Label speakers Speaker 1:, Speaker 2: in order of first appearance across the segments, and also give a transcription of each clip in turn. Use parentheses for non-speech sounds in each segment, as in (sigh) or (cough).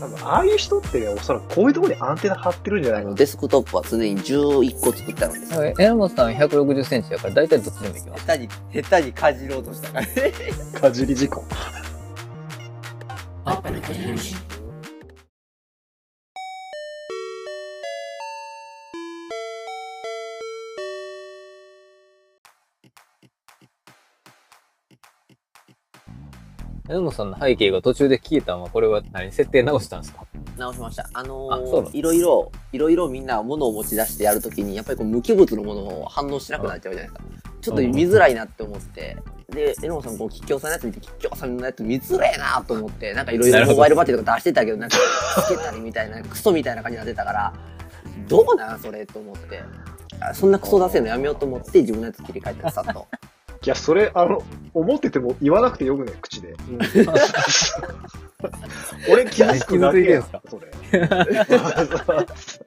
Speaker 1: 多分ああいう人って、ね、おそらくこういうところにアンテナ張ってるんじゃ
Speaker 2: あ
Speaker 1: ない
Speaker 2: の
Speaker 1: の
Speaker 2: デスクトップは常に11個作ってあるんですよ。
Speaker 3: 榎本さん160センチだから大体どっちでもいけます。
Speaker 2: 下手に、下手にかじろうとしたからね。
Speaker 1: かじり事故。
Speaker 3: 榎本さんの背景が途中で消えたのはこれは何設定直したんです (laughs) か
Speaker 2: 直しました。あの
Speaker 3: あそうな
Speaker 2: ー
Speaker 3: んだ
Speaker 2: いろいろ、いろいろみんな物を持ち出してやるときに、やっぱりこう無機物のものを反応しなくなっちゃうじゃないですか。ちょっと見づらいなって思って。で、エノさん、こう、吉祥さんのやつ見て、吉祥さんのやつ見づらいなと思って、なんかいろい
Speaker 3: な
Speaker 2: ろ
Speaker 3: るほど
Speaker 2: モバイルバッテリーとか出してたけど、なんか、つけたりみたいな、クソみたいな感じになってたから、どうなんそれと思って。あそんなクソ出せるのやめようと思って、自分のやつ切り替えて、さっと。
Speaker 1: いや、それ、あの、思ってても言わなくてよくね、口で。 (laughs) 俺傷つくだけやん、それ。わかりまし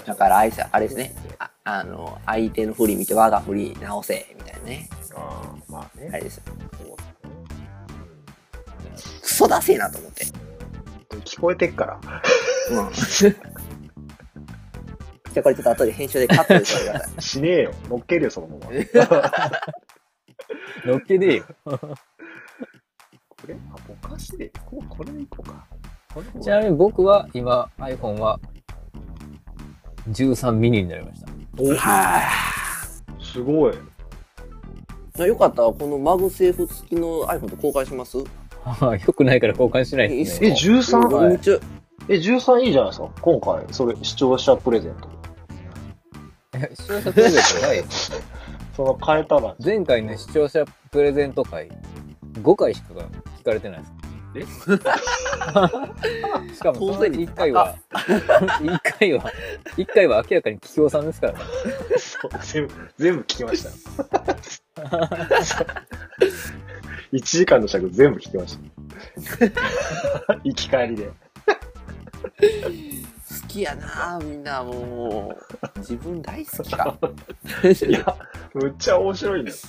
Speaker 1: た
Speaker 2: だ。から、あいさあれですね。ああの、相手の振り見て、我が振り直せ、みたいなね。
Speaker 1: あーまあね。
Speaker 2: あれです。
Speaker 1: そう
Speaker 2: クソだせえなと思って。
Speaker 1: 聞こえてっから。
Speaker 2: うん。 (laughs) じゃあこれちょっと後で編集でカットでしてください。
Speaker 1: しねえよ。乗っけるよ、そのまま。
Speaker 3: のっけでいいよ。
Speaker 1: これあ、ぼかしで、こう、これでいこうか。これ
Speaker 3: ちなみに僕は今 iPhone は13ミニになりました。
Speaker 2: は
Speaker 1: すごい。
Speaker 2: い。よかったら、このマグセーフ付きの iPhone と交換します
Speaker 3: (laughs) よくないから交換しないです
Speaker 1: え、
Speaker 3: ね。
Speaker 1: 13?
Speaker 2: めっちゃ、
Speaker 1: え、13いいじゃないですか。今回、それ、視聴者プレゼント。
Speaker 3: 視聴者プレゼントないよ
Speaker 1: その変えたら、
Speaker 3: 前回の視聴者プレゼント会5回しか聞かれてないです。 (laughs) しかもそのうち1回は、1回 (laughs) は、1回は明らかに企業さんですからね。
Speaker 1: そう全部、全部聞きました。1時間の尺全部聞きました。行き帰りで。
Speaker 2: 好きやなぁ、みんなもう。自分大好き
Speaker 3: (laughs)
Speaker 2: か。
Speaker 1: いや、むっちゃ面白いんだって。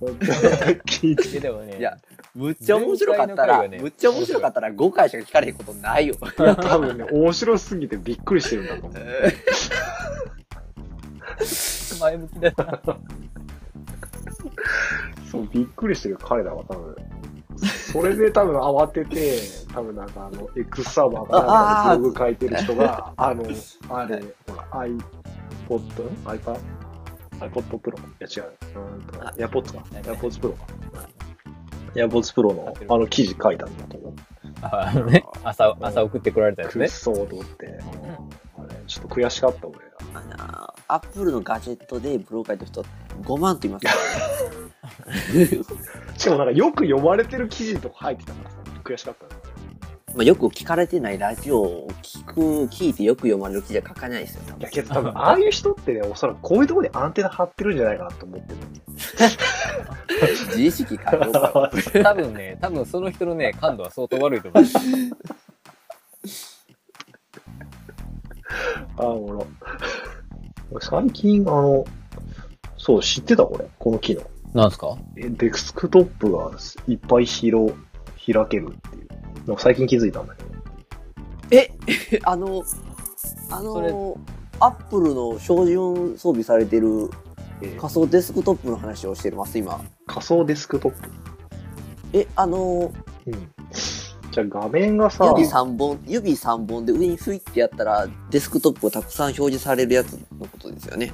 Speaker 1: むっちゃ聞いて
Speaker 3: いやでもね、
Speaker 2: いやむっちゃ面白かった
Speaker 3: 前回の回
Speaker 2: ら、
Speaker 3: はね
Speaker 2: むっちゃ面白かったら5回しか聞かれへんことないよ。
Speaker 1: いや多分ね、面白すぎてびっくりしてるんだと思う。
Speaker 3: 前向きだな。
Speaker 1: そう、びっくりしてる彼らは多分。それで多分慌てて、多分なんかあの、エクスサーバーかなんかのブログ書いてる人 (laughs) が、あの、あれ、ほら、iPod、iPad、iPod Pro。いや違う。うーんと、AirPods か。AirPods Pro か。AirPods Pro のあの記事書いたんだと思う。
Speaker 3: ああのね、朝、朝送ってこられたやつ
Speaker 1: くっ
Speaker 3: (laughs) ね。
Speaker 1: そーと思って。あれ、ちょっと悔しかった俺が。
Speaker 2: あのーアップルのガジェットでブローカイの人5万と言いますからね
Speaker 1: しかもなんかよく読まれてる記事とか入ってたからさ、悔しかったな。
Speaker 2: まあよく聞かれてないラジオを聞く、聞いてよく読まれる記事は書かないですよ、多
Speaker 1: い
Speaker 2: 分
Speaker 1: やけど多分、ああいう人ってね、おそらくこういうところにアンテナ張ってるんじゃないかなと思ってる。
Speaker 2: 自意識変えようか。
Speaker 3: 多分ね、多分その人のね、感度は相当悪いと思う。
Speaker 1: ああ、おもろ。 (laughs) 最近、あの、そう、知ってたこれ、この機能。
Speaker 3: なんですか
Speaker 1: えデスクトップがいっぱい広、開けるっていう。なんか最近気づいたんだけど。
Speaker 2: え、あの、あ
Speaker 3: それ
Speaker 2: の、アップルの標準装備されてる
Speaker 1: えー
Speaker 2: 仮想デスクトップの話をしてます、今。
Speaker 1: 仮想デスクトップ。
Speaker 2: え、あの、
Speaker 1: うん。じゃあ画面がさ、
Speaker 2: 指3本、指3本で上にフイってやったら、デスクトップがたくさん表示されるやつのことですよね。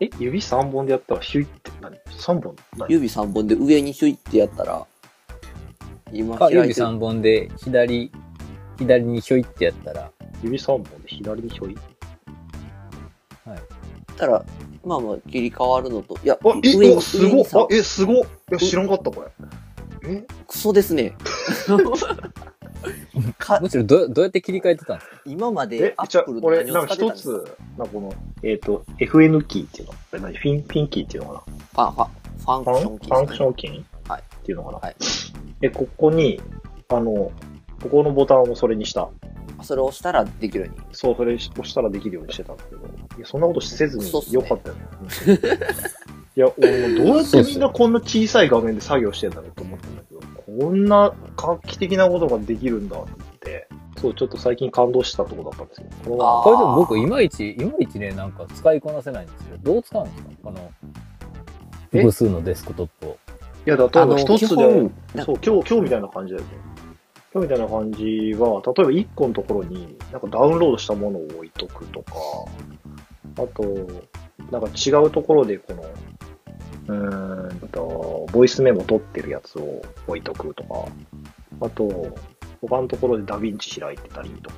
Speaker 1: え、指3本でやったらヒュイって何 ?3 本何
Speaker 2: 指3本で上にフイってやったら、今
Speaker 3: か
Speaker 2: 開い
Speaker 3: 指
Speaker 2: てる。
Speaker 3: 3本で左、左にひょいってやったら、
Speaker 1: 指3本で左にヒュイ
Speaker 2: たら、まあまあ切り替わるのと、いや、
Speaker 1: あ、え、
Speaker 2: 上に
Speaker 1: おすご
Speaker 2: 上
Speaker 1: っ
Speaker 2: にさ
Speaker 1: あ、え、すごっいや、知らんかった、これ。え
Speaker 2: クソですね。か
Speaker 3: むしろどうどうやって切り替えてたんですか
Speaker 2: 今ま
Speaker 1: え
Speaker 2: でア、
Speaker 1: じゃ
Speaker 2: ッ
Speaker 1: あ
Speaker 2: プル、の
Speaker 1: 俺、
Speaker 2: 何
Speaker 1: な
Speaker 2: を
Speaker 1: ん
Speaker 2: 使
Speaker 1: か
Speaker 2: って
Speaker 1: 一
Speaker 2: たんですか
Speaker 1: つ、なんかこの、えっ、と、FN キーっていうの、え何フィン、フィンキーっていうのか
Speaker 2: ファン、ファン、ファン
Speaker 1: なフ
Speaker 2: クシ
Speaker 1: ァ
Speaker 2: ョ
Speaker 1: ン
Speaker 2: ンキ
Speaker 1: ファンク
Speaker 2: ーです
Speaker 1: シ
Speaker 2: かね
Speaker 1: ョンキー
Speaker 2: はい
Speaker 1: っていうのかな、
Speaker 2: はい
Speaker 1: で、ここに、あの、ここのボタンをそれにした。
Speaker 2: それを押したらできるように。
Speaker 1: そう、それ押したらできるようにしてたんだけど、いや、そんなことせずに
Speaker 2: そうっすね
Speaker 1: よかったよね。いや、俺もどうやってみんなこんな小さい画面で作業してんだろうと思ってんだけど、ここんな画期的なことができるんだと思って、そう、ちょっと最近感動したとこだったんですよ。この
Speaker 2: あー
Speaker 3: これでも僕、いまいち、いまいちね、なんか使いこなせないんですよ。どう使うんですかこの、
Speaker 1: え
Speaker 3: 複数のデスクトップを。
Speaker 1: いや、だと
Speaker 2: あの
Speaker 1: 一つ
Speaker 2: 基
Speaker 1: で
Speaker 2: 本、なんか
Speaker 1: そう、今日、今日みたいな感じだよね。今日みたいな感じは、例えば1個のところに、なんかダウンロードしたものを置いとくとか、あと、なんか違うところで、この、うーんと、ボイスメモ取ってるやつを置いとくとか、あと、他のところでダヴィンチ開いてたりとか、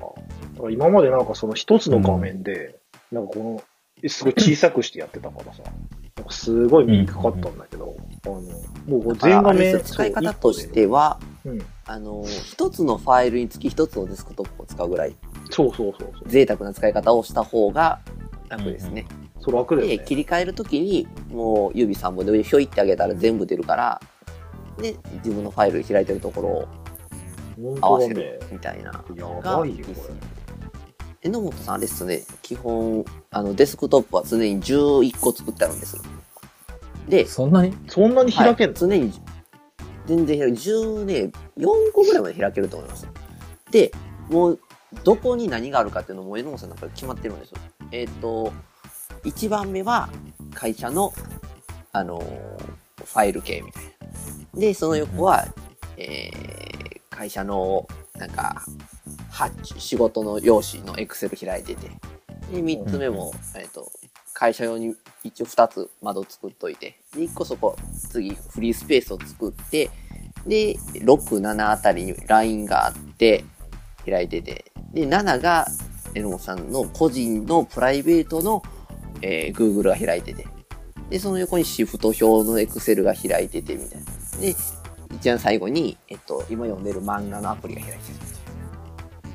Speaker 1: だから今までなんかその一つの画面で、なんかこの、えすごい小さくしてやってたからさ、なんかすごい見にくかったんだけど、あの、もうこれ全
Speaker 2: あ
Speaker 1: 画
Speaker 2: れで
Speaker 1: 面
Speaker 2: すよ使い方とし、ては、
Speaker 1: そう一個でうん
Speaker 2: あの、一つのファイルにつき一つのデスクトップを使うぐらい、
Speaker 1: そうそうそうそう。
Speaker 2: 贅沢な使い方をした方が楽ですね。
Speaker 1: それ楽だよ
Speaker 2: で、
Speaker 1: ね。
Speaker 2: 切り替えるときに、もう指3本で上にひょいってあげたら全部出るから、で、自分のファイル開いてるところを
Speaker 1: 本
Speaker 2: 合
Speaker 1: 当
Speaker 2: わ
Speaker 1: だ
Speaker 2: せ
Speaker 1: ね
Speaker 2: る。みたいな。
Speaker 1: やばいよ、こ
Speaker 2: 榎本さんあれっすね、基本、あの、デスクトップは常に11個作ってあるんです。で、
Speaker 3: そんなに
Speaker 1: れ。そんなに開けん
Speaker 2: はい
Speaker 1: の、
Speaker 2: 常に、全然開ける。10ね、4個ぐらいまで開けると思います。で、もう、どこに何があるかっていうのも、榎本さんなんか決まってるんですよ。えっ、と、1番目は、会社の、あのーファイル系みたいな。で、その横は、えー会社の、なんか、発注仕事の用紙のエクセル開いてて。で、3つ目も、えっ、と、会社用に一応2つ窓作っといて、で、1個そこ、次、フリースペースを作って、で、6、7あたりにラインがあって、開いてて、で、7が、エノさんの個人のプライベートの、えー Google が開いてて、で、その横にシフト表の Excel が開いてて、みたいな。で、一番最後に、えっと、今読んでる漫画のアプリが開いてる。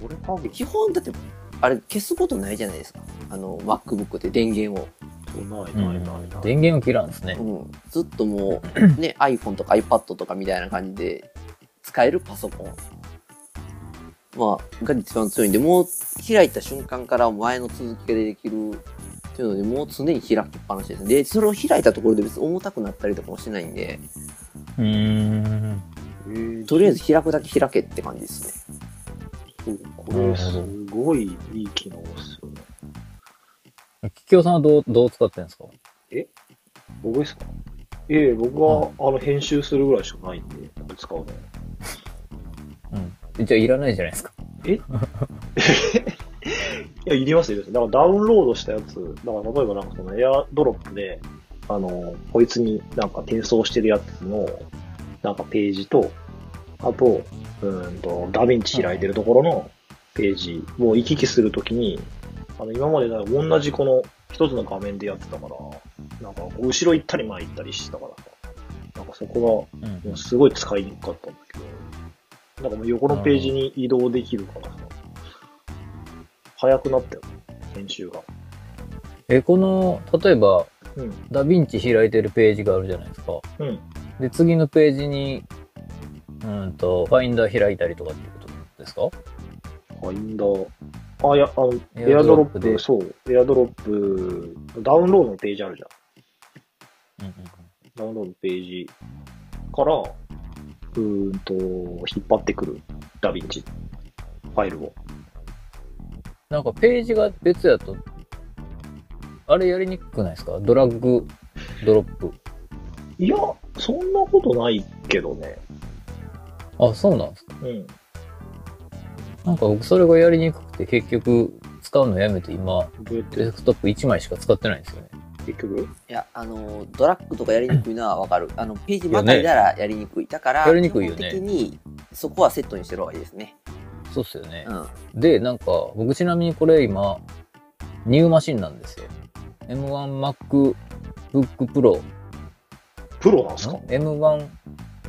Speaker 1: これ多分
Speaker 2: 基本、だって、あれ消すことないじゃないですか。あの、MacBook で電源を。
Speaker 1: ない
Speaker 3: うん
Speaker 1: ないないない。
Speaker 3: 電源を切らんですね
Speaker 2: う。ん、ずっとも (clears throat) う、ね、iPhone とか iPad とかみたいな感じで使えるパソコン。まあ、が一番強いんで、もう開いた瞬間から前の続きができるっていうので、もう常に開きっぱなしですね。で、それを開いたところで別に重たくなったりとかもしないんで、
Speaker 3: うーん。
Speaker 1: えー
Speaker 2: とりあえず開くだけ開けって感じですね。
Speaker 1: そうこれすごいいい機能っすよね。
Speaker 3: キキオさんはどう、どう使ってんですか
Speaker 1: 僕ですかええ僕は、あの、編集するぐらいしかないんで、使うの。
Speaker 3: うん。じゃあ、いらないじゃないですか。
Speaker 1: いや、いりますよ、いりますだからダウンロードしたやつ、だから例えばなんかそのエアドロップで、あの、こいつになんか転送してるやつの、なんかページと、あと、うーんと、ダヴィンチ開いてるところのページを行き来するときに、あの、今までだから同じこの一つの画面でやってたから、なんかこう後ろ行ったり前行ったりしてたからさ、なんかそこ
Speaker 3: うん。
Speaker 1: がもうすごい使いにくかったんだけど、なんかもう横のページに移動できるからさ、早くなったよ、編集が。
Speaker 3: え、この、例えば、
Speaker 1: うん。
Speaker 3: ダヴィンチ開いてるページがあるじゃないですか。
Speaker 1: うん。
Speaker 3: で、次のページに、うんと、ファインダー開いたりとかっていうことですか
Speaker 1: ファインダー。あ、いや、あの、
Speaker 3: エア
Speaker 1: エアドロップ
Speaker 3: ドロップで
Speaker 1: そう。エアドロップ、ダウンロードのページあるじゃん。
Speaker 3: うんうん
Speaker 1: ダウンロードのページから、うーんと、引っ張ってくる。ダヴィンチ。ファイルを。
Speaker 3: なんかページが別やと、あれやりにくくないですかドラッグ、ドロップ。
Speaker 1: いや、そんなことないけどね。
Speaker 3: あ、そうなんですか
Speaker 1: うん。
Speaker 3: なんか僕それがやりにくくて結局使うのやめて今、
Speaker 1: どうやって
Speaker 3: デスクトップ1枚しか使ってないんですよね。
Speaker 1: 結局
Speaker 2: いや、あの、ドラッグとかやりにくいのはわかる。あの、ページばかりならやりにくい。だから、
Speaker 3: やりにくいよね
Speaker 2: 基本的に、そこはセットにしてる方がいいですね。
Speaker 3: そうっすよね
Speaker 2: う。ん。
Speaker 3: で、なんか僕ちなみにこれ今、ニューマシンなんですよ。M1MacBook Pro。
Speaker 1: プロなんすか
Speaker 3: M1、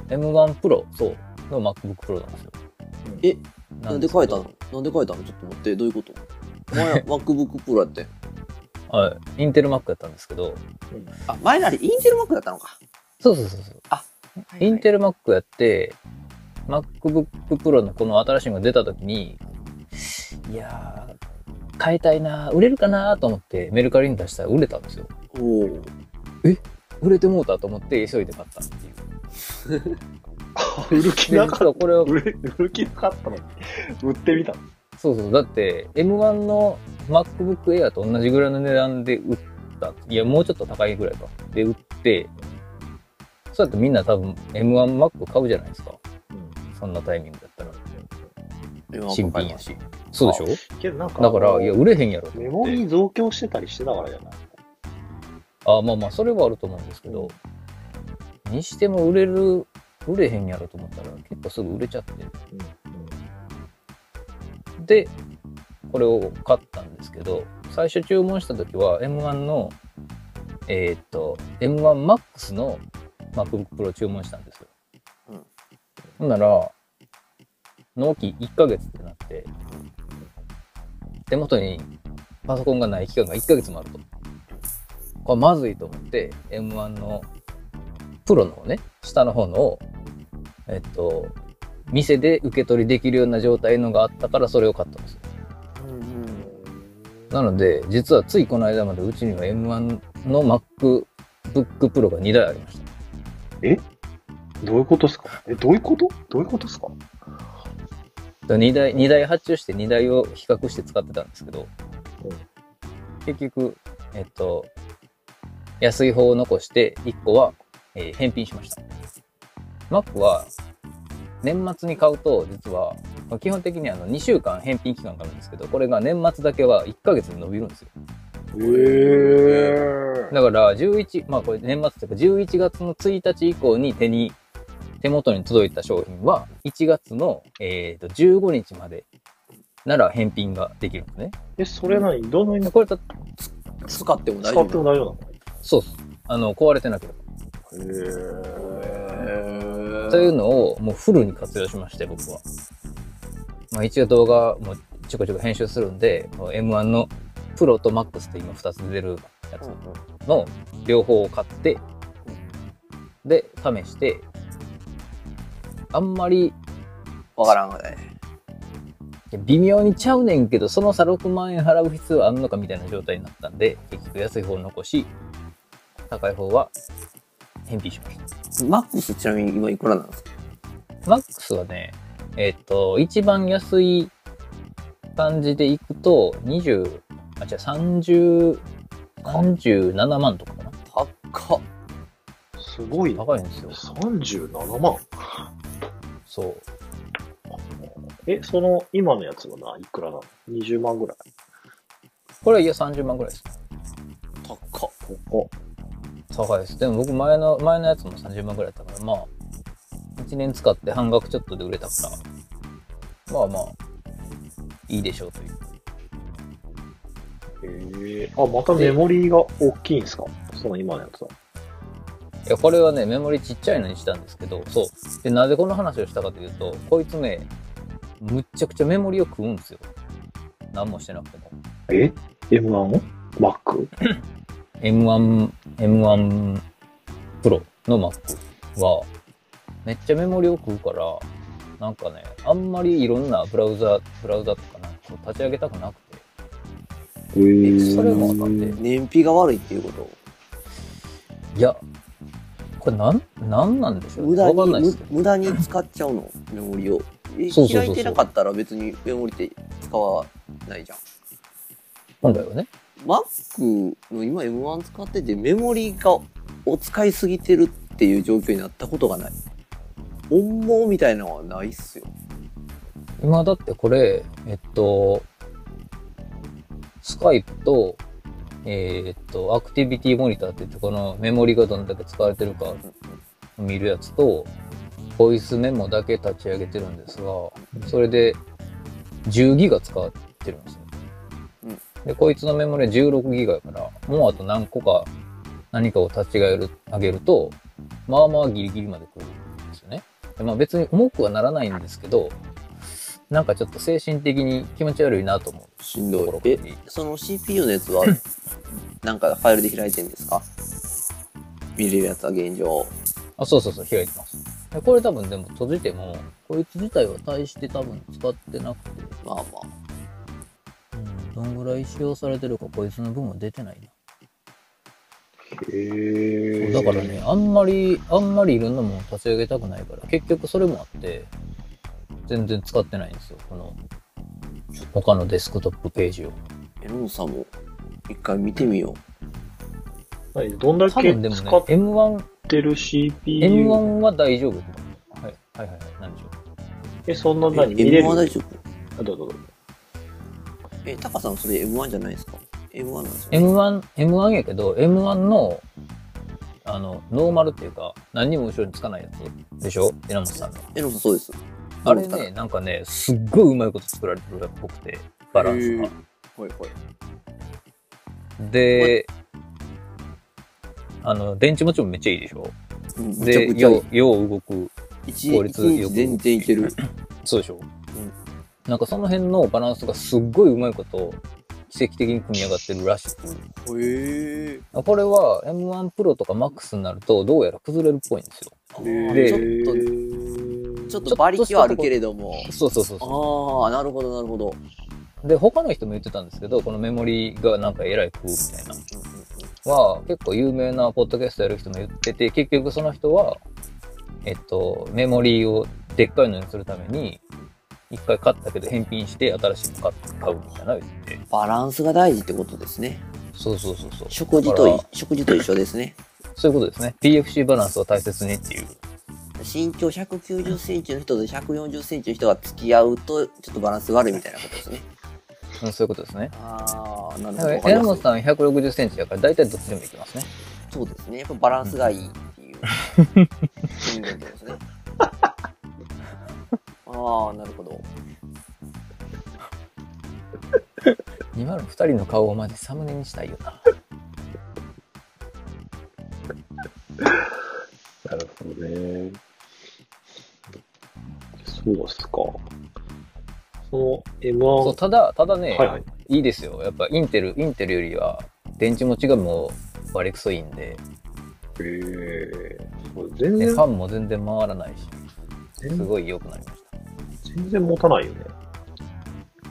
Speaker 3: M1 Pro。そう。の MacBook Pro なんですよ。
Speaker 2: え
Speaker 3: な
Speaker 2: なんんで
Speaker 3: で
Speaker 2: す
Speaker 3: けど
Speaker 2: 書いたのなんで書いたのちょっと待って、どういうこと前 (laughs) は MacBook Pro だって。
Speaker 3: はい。インテル Mac だったんですけど、
Speaker 2: あ、前なりインテル Mac だったのか。
Speaker 3: そうそうそうそう。インテル Mac やって、MacBook Pro のこの新しいのが出た時に、いやー、買いたいなー売れるかなーと思ってメルカリに出したら売れたんですよ。
Speaker 2: おお。
Speaker 3: 売れてもうたと思って急いで買ったっていう。
Speaker 1: 売る気
Speaker 3: で、
Speaker 1: な (laughs)
Speaker 3: 実
Speaker 1: かっ
Speaker 3: はこれを
Speaker 1: た。、売れ売る気なかったのに。売ってみたの。
Speaker 3: そうそう、だって M1 の MacBook Air と同じぐらいの値段で売った。いや、もうちょっと高いぐらいか。で、売って、そうやってみんな多分 M1Mac 買うじゃないですか。そんなタイミングだったら。新品やし。そうでしょ
Speaker 1: けどなんか、
Speaker 3: だから、いや、売れへんやろと
Speaker 1: メ
Speaker 3: 思っ
Speaker 1: モ
Speaker 3: て。
Speaker 1: リー増強してたりしてたからじゃない
Speaker 3: あまあまあ、それはあると思うんですけど、にしても売れる、売れへんやろと思ったら、結構すぐ売れちゃって。で、これを買ったんですけど、最初注文した時は M1 の、えーっと、M1MAX の MacBook Pro を注文したんですよ。
Speaker 2: うん
Speaker 3: ほんなら、納期1ヶ月ってなって、手元にパソコンがない期間が1ヶ月もあると。これまずいと思って、M1 のプロの方ね、下の方のを、えっと、店で受け取りできるような状態のがあったからそれを買ったんですよ
Speaker 2: うんうん
Speaker 3: なので実はついこの間までうちには M1 の MacBook Pro が2台ありました
Speaker 1: どういうことですかえ、どういうことどういうことですか
Speaker 3: 2台二台発注して2台を比較して使ってたんですけど、結局えっと安い方を残して1個は、えー返品しました Mac は年末に買うと実はまあ基本的にあの2週間返品期間があるんですけどこれが年末だけは1ヶ月で伸びるんですよ
Speaker 1: えー。
Speaker 3: だから11、まあこれ年末というか11月の1日以降に手に、手元に届いた商品は1月の、えー、と15日までなら返品ができるんですね。
Speaker 1: え、それ何どの意味
Speaker 3: これだ
Speaker 2: 使っても大
Speaker 1: 使
Speaker 2: 丈
Speaker 1: っても
Speaker 2: 夫。
Speaker 1: 大丈夫
Speaker 3: そうです。あの、壊れてなけれ
Speaker 1: なのへ
Speaker 3: ば。というのをもうフルに活用しまして、僕は。まあ一応動画もちょこちょこ編集するんで、もう M1 のプロと MAX って今2つ出るやつの両方を買ってで試してあんまり
Speaker 2: わからんがね。
Speaker 3: 微妙にちゃうねんけどその差6万円払う必要あんのかみたいな状態になったんで結局安い方を残し高い方は返品しました
Speaker 2: マックスちなみに今いくらなんですか
Speaker 3: マックスはねえっと一番安い感じでいくと20あ違う30 37万とかかな
Speaker 2: 高っ。
Speaker 1: ーすごいな。
Speaker 3: 高いんですよ
Speaker 1: 37万。
Speaker 3: そう
Speaker 1: え、その、今のやつはないくらなの ?20 万ぐらい。
Speaker 3: これはいや30万ぐらいです
Speaker 2: 高っ。
Speaker 1: お
Speaker 3: 高いですでも僕前の前のやつも30万ぐらいだったからまあ1年使って半額ちょっとで売れたからまあまあいいでしょうという
Speaker 1: えー、あ、またメモリーが大きいんですかその今のやつは。
Speaker 3: いやこれはねメモリちっちゃいのにしたんですけどそうでなぜこの話をしたかというとこいつねむっちゃくちゃメモリを食うんですよ何もしてなくても
Speaker 1: え ?M1 を ?Mac?
Speaker 3: M1M1 プロの Mac はめっちゃメモリを食うからなんかねあんまりいろんなブラウザブラウザとかなんかこう立ち上げたくなくて
Speaker 1: えー
Speaker 3: それも当たって
Speaker 2: 燃費が悪いっていうこ
Speaker 3: いやこれなんなんなんでし
Speaker 2: と無
Speaker 3: ょうね
Speaker 2: 駄
Speaker 3: わ
Speaker 2: に
Speaker 3: かんないです
Speaker 2: 無
Speaker 3: けど
Speaker 2: 無駄に使っちゃうのメモリをえ
Speaker 3: そうそうそうそう
Speaker 2: 開いてなかったら別にメモリって使わないじゃん
Speaker 3: 本来はね
Speaker 2: Mac の今 M1 使っててメモリがを使いすぎてるっていう状況になったことがない音毛みたいなのはないっすよ
Speaker 3: 今だってこれえっとスカイプとえーっとアクティビティモニターって言ってこのメモリがどんだけ使われてるか見るやつとボイスメモだけ立ち上げてるんですがそれで10ギガ使ってるんですよ、
Speaker 2: うん
Speaker 3: でこいつのメモリは16ギガやからもうあと何個か何かを立ち上げる上げるとまあまあギリギリまで来るんですよねでまあ別に重くはならないんですけどなんかちょっと精神的に気持ち悪いなと思う
Speaker 2: しん
Speaker 3: と
Speaker 2: ど
Speaker 3: ころ
Speaker 2: いえ
Speaker 3: に
Speaker 2: その CPU のやつ
Speaker 3: (laughs)
Speaker 2: はなんかファイルで開いてんですか見れるやつは現状
Speaker 3: あ、そうそうそう、開いてます。でこれ多分でも閉じても、こいつ自体は大して多分使ってなくて、
Speaker 2: まあまあ
Speaker 3: うん、どんぐらい使用されてるかこいつの分は出てないな。
Speaker 1: へえ。
Speaker 3: だから。ね、あんまり、あんまりいろんなものを立ち上げたくないから、結局それもあって、全然使ってないんですよ、この、他のデスクトップページを。
Speaker 2: エロンさんも一回見てみよ
Speaker 1: 何どんだ
Speaker 3: 多
Speaker 1: け
Speaker 3: 分でもね、
Speaker 1: 使っ
Speaker 3: M1、
Speaker 1: てる CPU?
Speaker 3: M1 は大丈夫だと思う。はい、はいはいはい、なんでしょう。
Speaker 1: え、そんな
Speaker 2: う。
Speaker 1: 何
Speaker 2: え
Speaker 1: 見れ
Speaker 2: M1
Speaker 1: る
Speaker 2: は大丈夫
Speaker 1: あどうぞどうぞ。
Speaker 2: え、タカさんそれ M1 じゃないですか ?M1 なんですよ、ね。
Speaker 3: M1、M1 やけど、M1 の、あの、ノーマルっていうか、何にも後ろにつかないやつでしょ稲本さんの。
Speaker 2: エロンさんそうです。
Speaker 3: あれね、なんかね、すっごいうまいこと作られてるっぽくて、バランス
Speaker 2: へ。
Speaker 3: が
Speaker 2: はいはい。
Speaker 3: で、あの、電池持ちもめっちゃいいでしょ
Speaker 2: うんめちゃ
Speaker 3: で
Speaker 2: く、ちゃいい
Speaker 3: よう、よう動く。
Speaker 2: 一
Speaker 3: 効率
Speaker 2: 一
Speaker 3: よ
Speaker 2: 日
Speaker 3: く
Speaker 2: 全然いける。
Speaker 3: そうでしょ、なんかその辺のバランスがすっごいうまいこと、奇跡的に組み上がってるらしく。
Speaker 2: へえ。
Speaker 3: これは M1 Pro とか MAX になると、どうやら崩れるっぽいんですよ。
Speaker 2: で
Speaker 1: で、
Speaker 2: ちょっと、ちょっと馬力はあるけれども。
Speaker 3: そうそうそうそう。
Speaker 2: ああ、なるほどなるほど。
Speaker 3: で、他の人も言ってたんですけど、このメモリがなんかえらい食うみたいな、は、結構有名なポッドキャストやる人も言ってて、結局その人は、えっと、メモリをでっかいのにするために、一回買ったけど返品して新しいの買って買うみたいなの言ってて。
Speaker 2: バランスが大事ってことですね。
Speaker 3: そうそうそうそう。
Speaker 2: 食事と
Speaker 3: だ
Speaker 2: い
Speaker 3: から、
Speaker 2: 食事と一緒ですね。
Speaker 3: そういうことですね。PFC バランスを大切にっていう。
Speaker 2: 身長190センチの人と140センチの人が付き合うと、ちょっとバランス悪いみたいなことですね。
Speaker 3: うん、そういうことですね。
Speaker 2: ああ、なる
Speaker 3: だ
Speaker 2: ほど。
Speaker 3: から
Speaker 2: わかり
Speaker 3: 榎
Speaker 2: ま
Speaker 3: 本
Speaker 2: す
Speaker 3: さん160センチだから大体どっちでもいきますね。
Speaker 2: そうですね。やっぱバランスがいいって
Speaker 3: (laughs)
Speaker 2: いう。そういうことですね。ああ、なるほど。
Speaker 3: 今の二人の顔をマジサムネにしたいよな。
Speaker 1: なるほどね。そうっすか。その
Speaker 3: そう
Speaker 1: M1、
Speaker 3: ただ、ただね、
Speaker 1: はいはい。
Speaker 3: いいですよ。やっぱインテル、インテルよりは電池持ちがもう割れくそいいんで、
Speaker 1: えー、そう全
Speaker 3: ね、フ
Speaker 1: 然、
Speaker 3: ァンも全然回らないし、す
Speaker 1: 全
Speaker 3: ごい良くなりました。
Speaker 1: 全然持たないよね。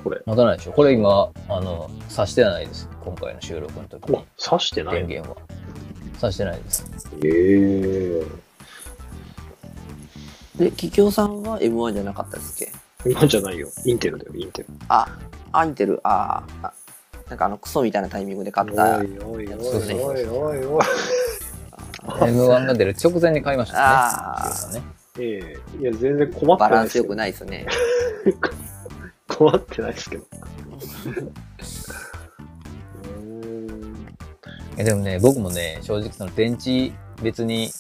Speaker 1: これ。
Speaker 3: 持たないでしょこれ今、あの、挿してないです。今回の収録の時
Speaker 1: うわ
Speaker 3: に、
Speaker 1: 刺してない
Speaker 3: 電
Speaker 1: の
Speaker 3: 源は。挿してないです。
Speaker 1: えー。
Speaker 2: で、桔梗さんは M1 じゃなかったですっけ
Speaker 1: 今じゃないよ。インテルだよ、インテル。
Speaker 2: あ、アンテル、あーあ、なんかあのクソみたいなタイミングで買った。
Speaker 1: おいおいおい
Speaker 2: そうですね
Speaker 1: おいおいおい。
Speaker 3: M1 が出る直前に買いました
Speaker 2: あー
Speaker 3: ね。ね
Speaker 1: ええいや、全然困って
Speaker 2: バ
Speaker 1: な
Speaker 2: ラ
Speaker 1: い
Speaker 2: ン
Speaker 1: で
Speaker 2: ス
Speaker 1: す
Speaker 2: 良
Speaker 1: け
Speaker 2: く
Speaker 1: ど。
Speaker 2: ないですね。
Speaker 1: 困ってないですけど。うーん。
Speaker 3: えでもね、僕もね、正直その電池別に、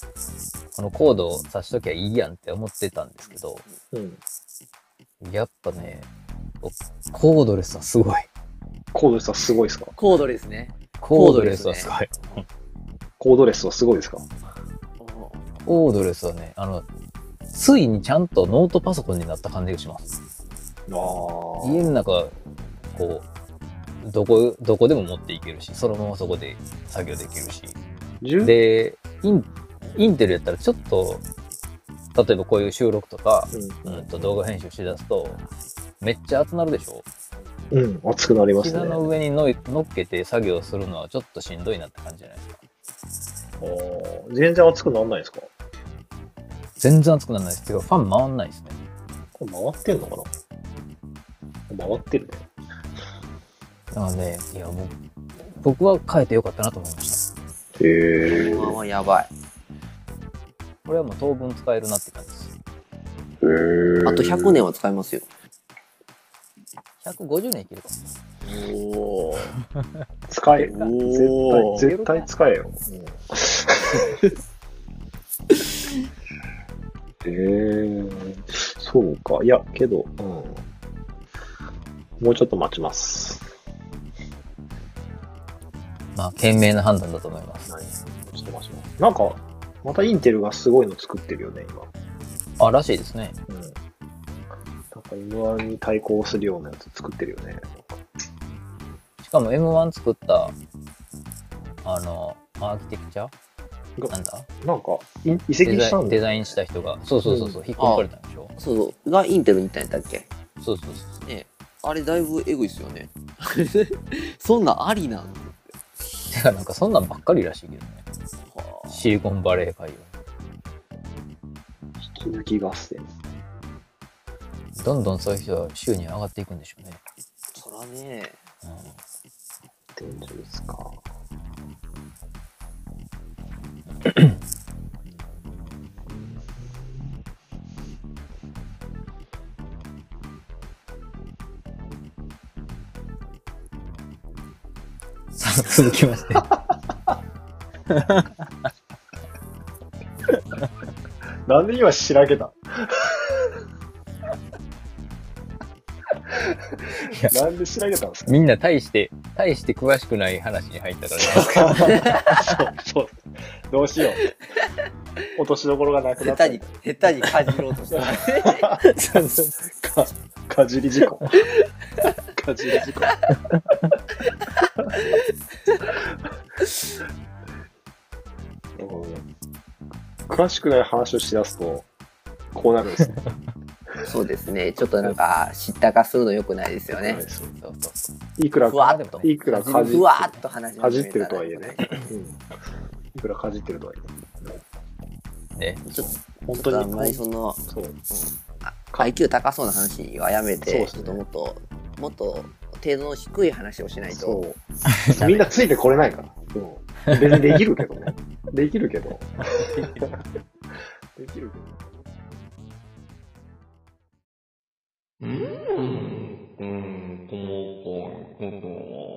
Speaker 3: このコードを挿しときゃいいやんって思ってたんですけど、
Speaker 1: うん。
Speaker 3: やっぱね、おコードレスはすごい。
Speaker 1: コードレスはすごいですか
Speaker 2: コードですね。
Speaker 3: コードレスはすごい。
Speaker 1: コードレスはすごいですか
Speaker 3: コードレスはね、あの、ついにちゃんとノートパソコンになった感じがします。
Speaker 1: ああ
Speaker 3: 家の中、こう、どこ、どこでも持っていけるし、そのままそこで作業できるし。
Speaker 1: 10
Speaker 3: で、イン、インテルやったらちょっと、例えばこういう収録とか、うんと動画編集しだすと、めっちゃ集なるでしょ
Speaker 1: うん、うん、熱くなりますね。
Speaker 3: 膝の上にのい乗っけて作業するのはちょっとしんどいなって感じじゃないですか。
Speaker 1: あー全然熱くならないですか
Speaker 3: 全然熱くならないですけど、ファン回んないですね。
Speaker 1: これ回ってんのかな回ってるね。
Speaker 3: なので、いや、もう、僕は変えてよかったなと思いました。
Speaker 1: へ
Speaker 2: M1 はやばい。
Speaker 3: これはもう当分使えるなって感じです。
Speaker 1: え
Speaker 2: あと100年は使えますよ。
Speaker 3: 150年いけるかも。
Speaker 2: おお。
Speaker 1: 使え。
Speaker 2: おー
Speaker 1: 絶対、絶対使えよ。 (laughs) ええー、そうか。いや、けど、うん。もうちょっと待ちます。
Speaker 3: まあ、賢明な判断だと思います。
Speaker 1: はい。ちょっと待ちます。なんか、またインテルがすごいの作ってるよね、今。
Speaker 3: あ、らしいですね。
Speaker 1: うん。なんか M1 に対抗するようなやつ作ってるよね。
Speaker 3: しかも M1 作った、あの、アーキテクチャ
Speaker 1: が
Speaker 3: なんだ
Speaker 1: なんか、い移籍
Speaker 3: デザ
Speaker 1: した
Speaker 3: イン
Speaker 1: ん
Speaker 3: デ
Speaker 1: で
Speaker 3: ザインした人が、そうそうそうそう、引っ込まれたんでしょ
Speaker 2: そうそう。がインテルに行ったんやったっけ
Speaker 3: そうそうそう。
Speaker 2: ねあれだいぶエグいっすよね。 (laughs) そんなんありなん
Speaker 3: てか、なんかそんなんばっかりらしいけどね。シリコンバレー海洋。
Speaker 1: 引き抜き合戦。
Speaker 3: どんどんそういう人は収入上がっていくんでしょうね。
Speaker 2: そらね、
Speaker 3: う
Speaker 1: 天井ですか。
Speaker 3: んさあ、続き
Speaker 1: (laughs)
Speaker 3: まして。
Speaker 1: なんで今しらけた
Speaker 3: や
Speaker 1: なんでしらけたんですか
Speaker 3: みんな大して、大して詳しくない話に入ったからじゃないですか。
Speaker 1: そうそう。どうしよう。落としどころがなくな
Speaker 2: 下
Speaker 1: っ
Speaker 2: 手
Speaker 1: た。
Speaker 2: に、下手にかじろう
Speaker 1: (laughs)
Speaker 2: としてた。
Speaker 1: そうそうかかじり事故。かじり事故。うん詳しくない話をしだすと、こうなるんですね。
Speaker 2: そうですね、ちょっとなんか、知ったかするの良くないですよ
Speaker 1: は
Speaker 2: ね
Speaker 1: い。そう
Speaker 3: そうそうそう
Speaker 1: いくら
Speaker 2: ふ、わっと。
Speaker 1: いくらかじ
Speaker 2: ふわっと話し
Speaker 1: か
Speaker 2: 始
Speaker 1: じ
Speaker 2: め
Speaker 1: って
Speaker 2: たら
Speaker 1: るとはいえね。うんいくらかじってるとはいえね。
Speaker 3: ね。
Speaker 2: ちょっと
Speaker 1: 本
Speaker 2: ちょっと
Speaker 1: 当
Speaker 2: あんまり
Speaker 1: に。
Speaker 2: その、
Speaker 1: そう。
Speaker 2: 階級高そうな話はやめて、
Speaker 1: そうです
Speaker 2: ちょ
Speaker 1: ね
Speaker 2: っともっと、もっと程度の低い話をしないと。
Speaker 1: そう。みんなついてこれないから。そう別にできるけどね。できるけど。できるけど。
Speaker 4: うん、うん、細かいことは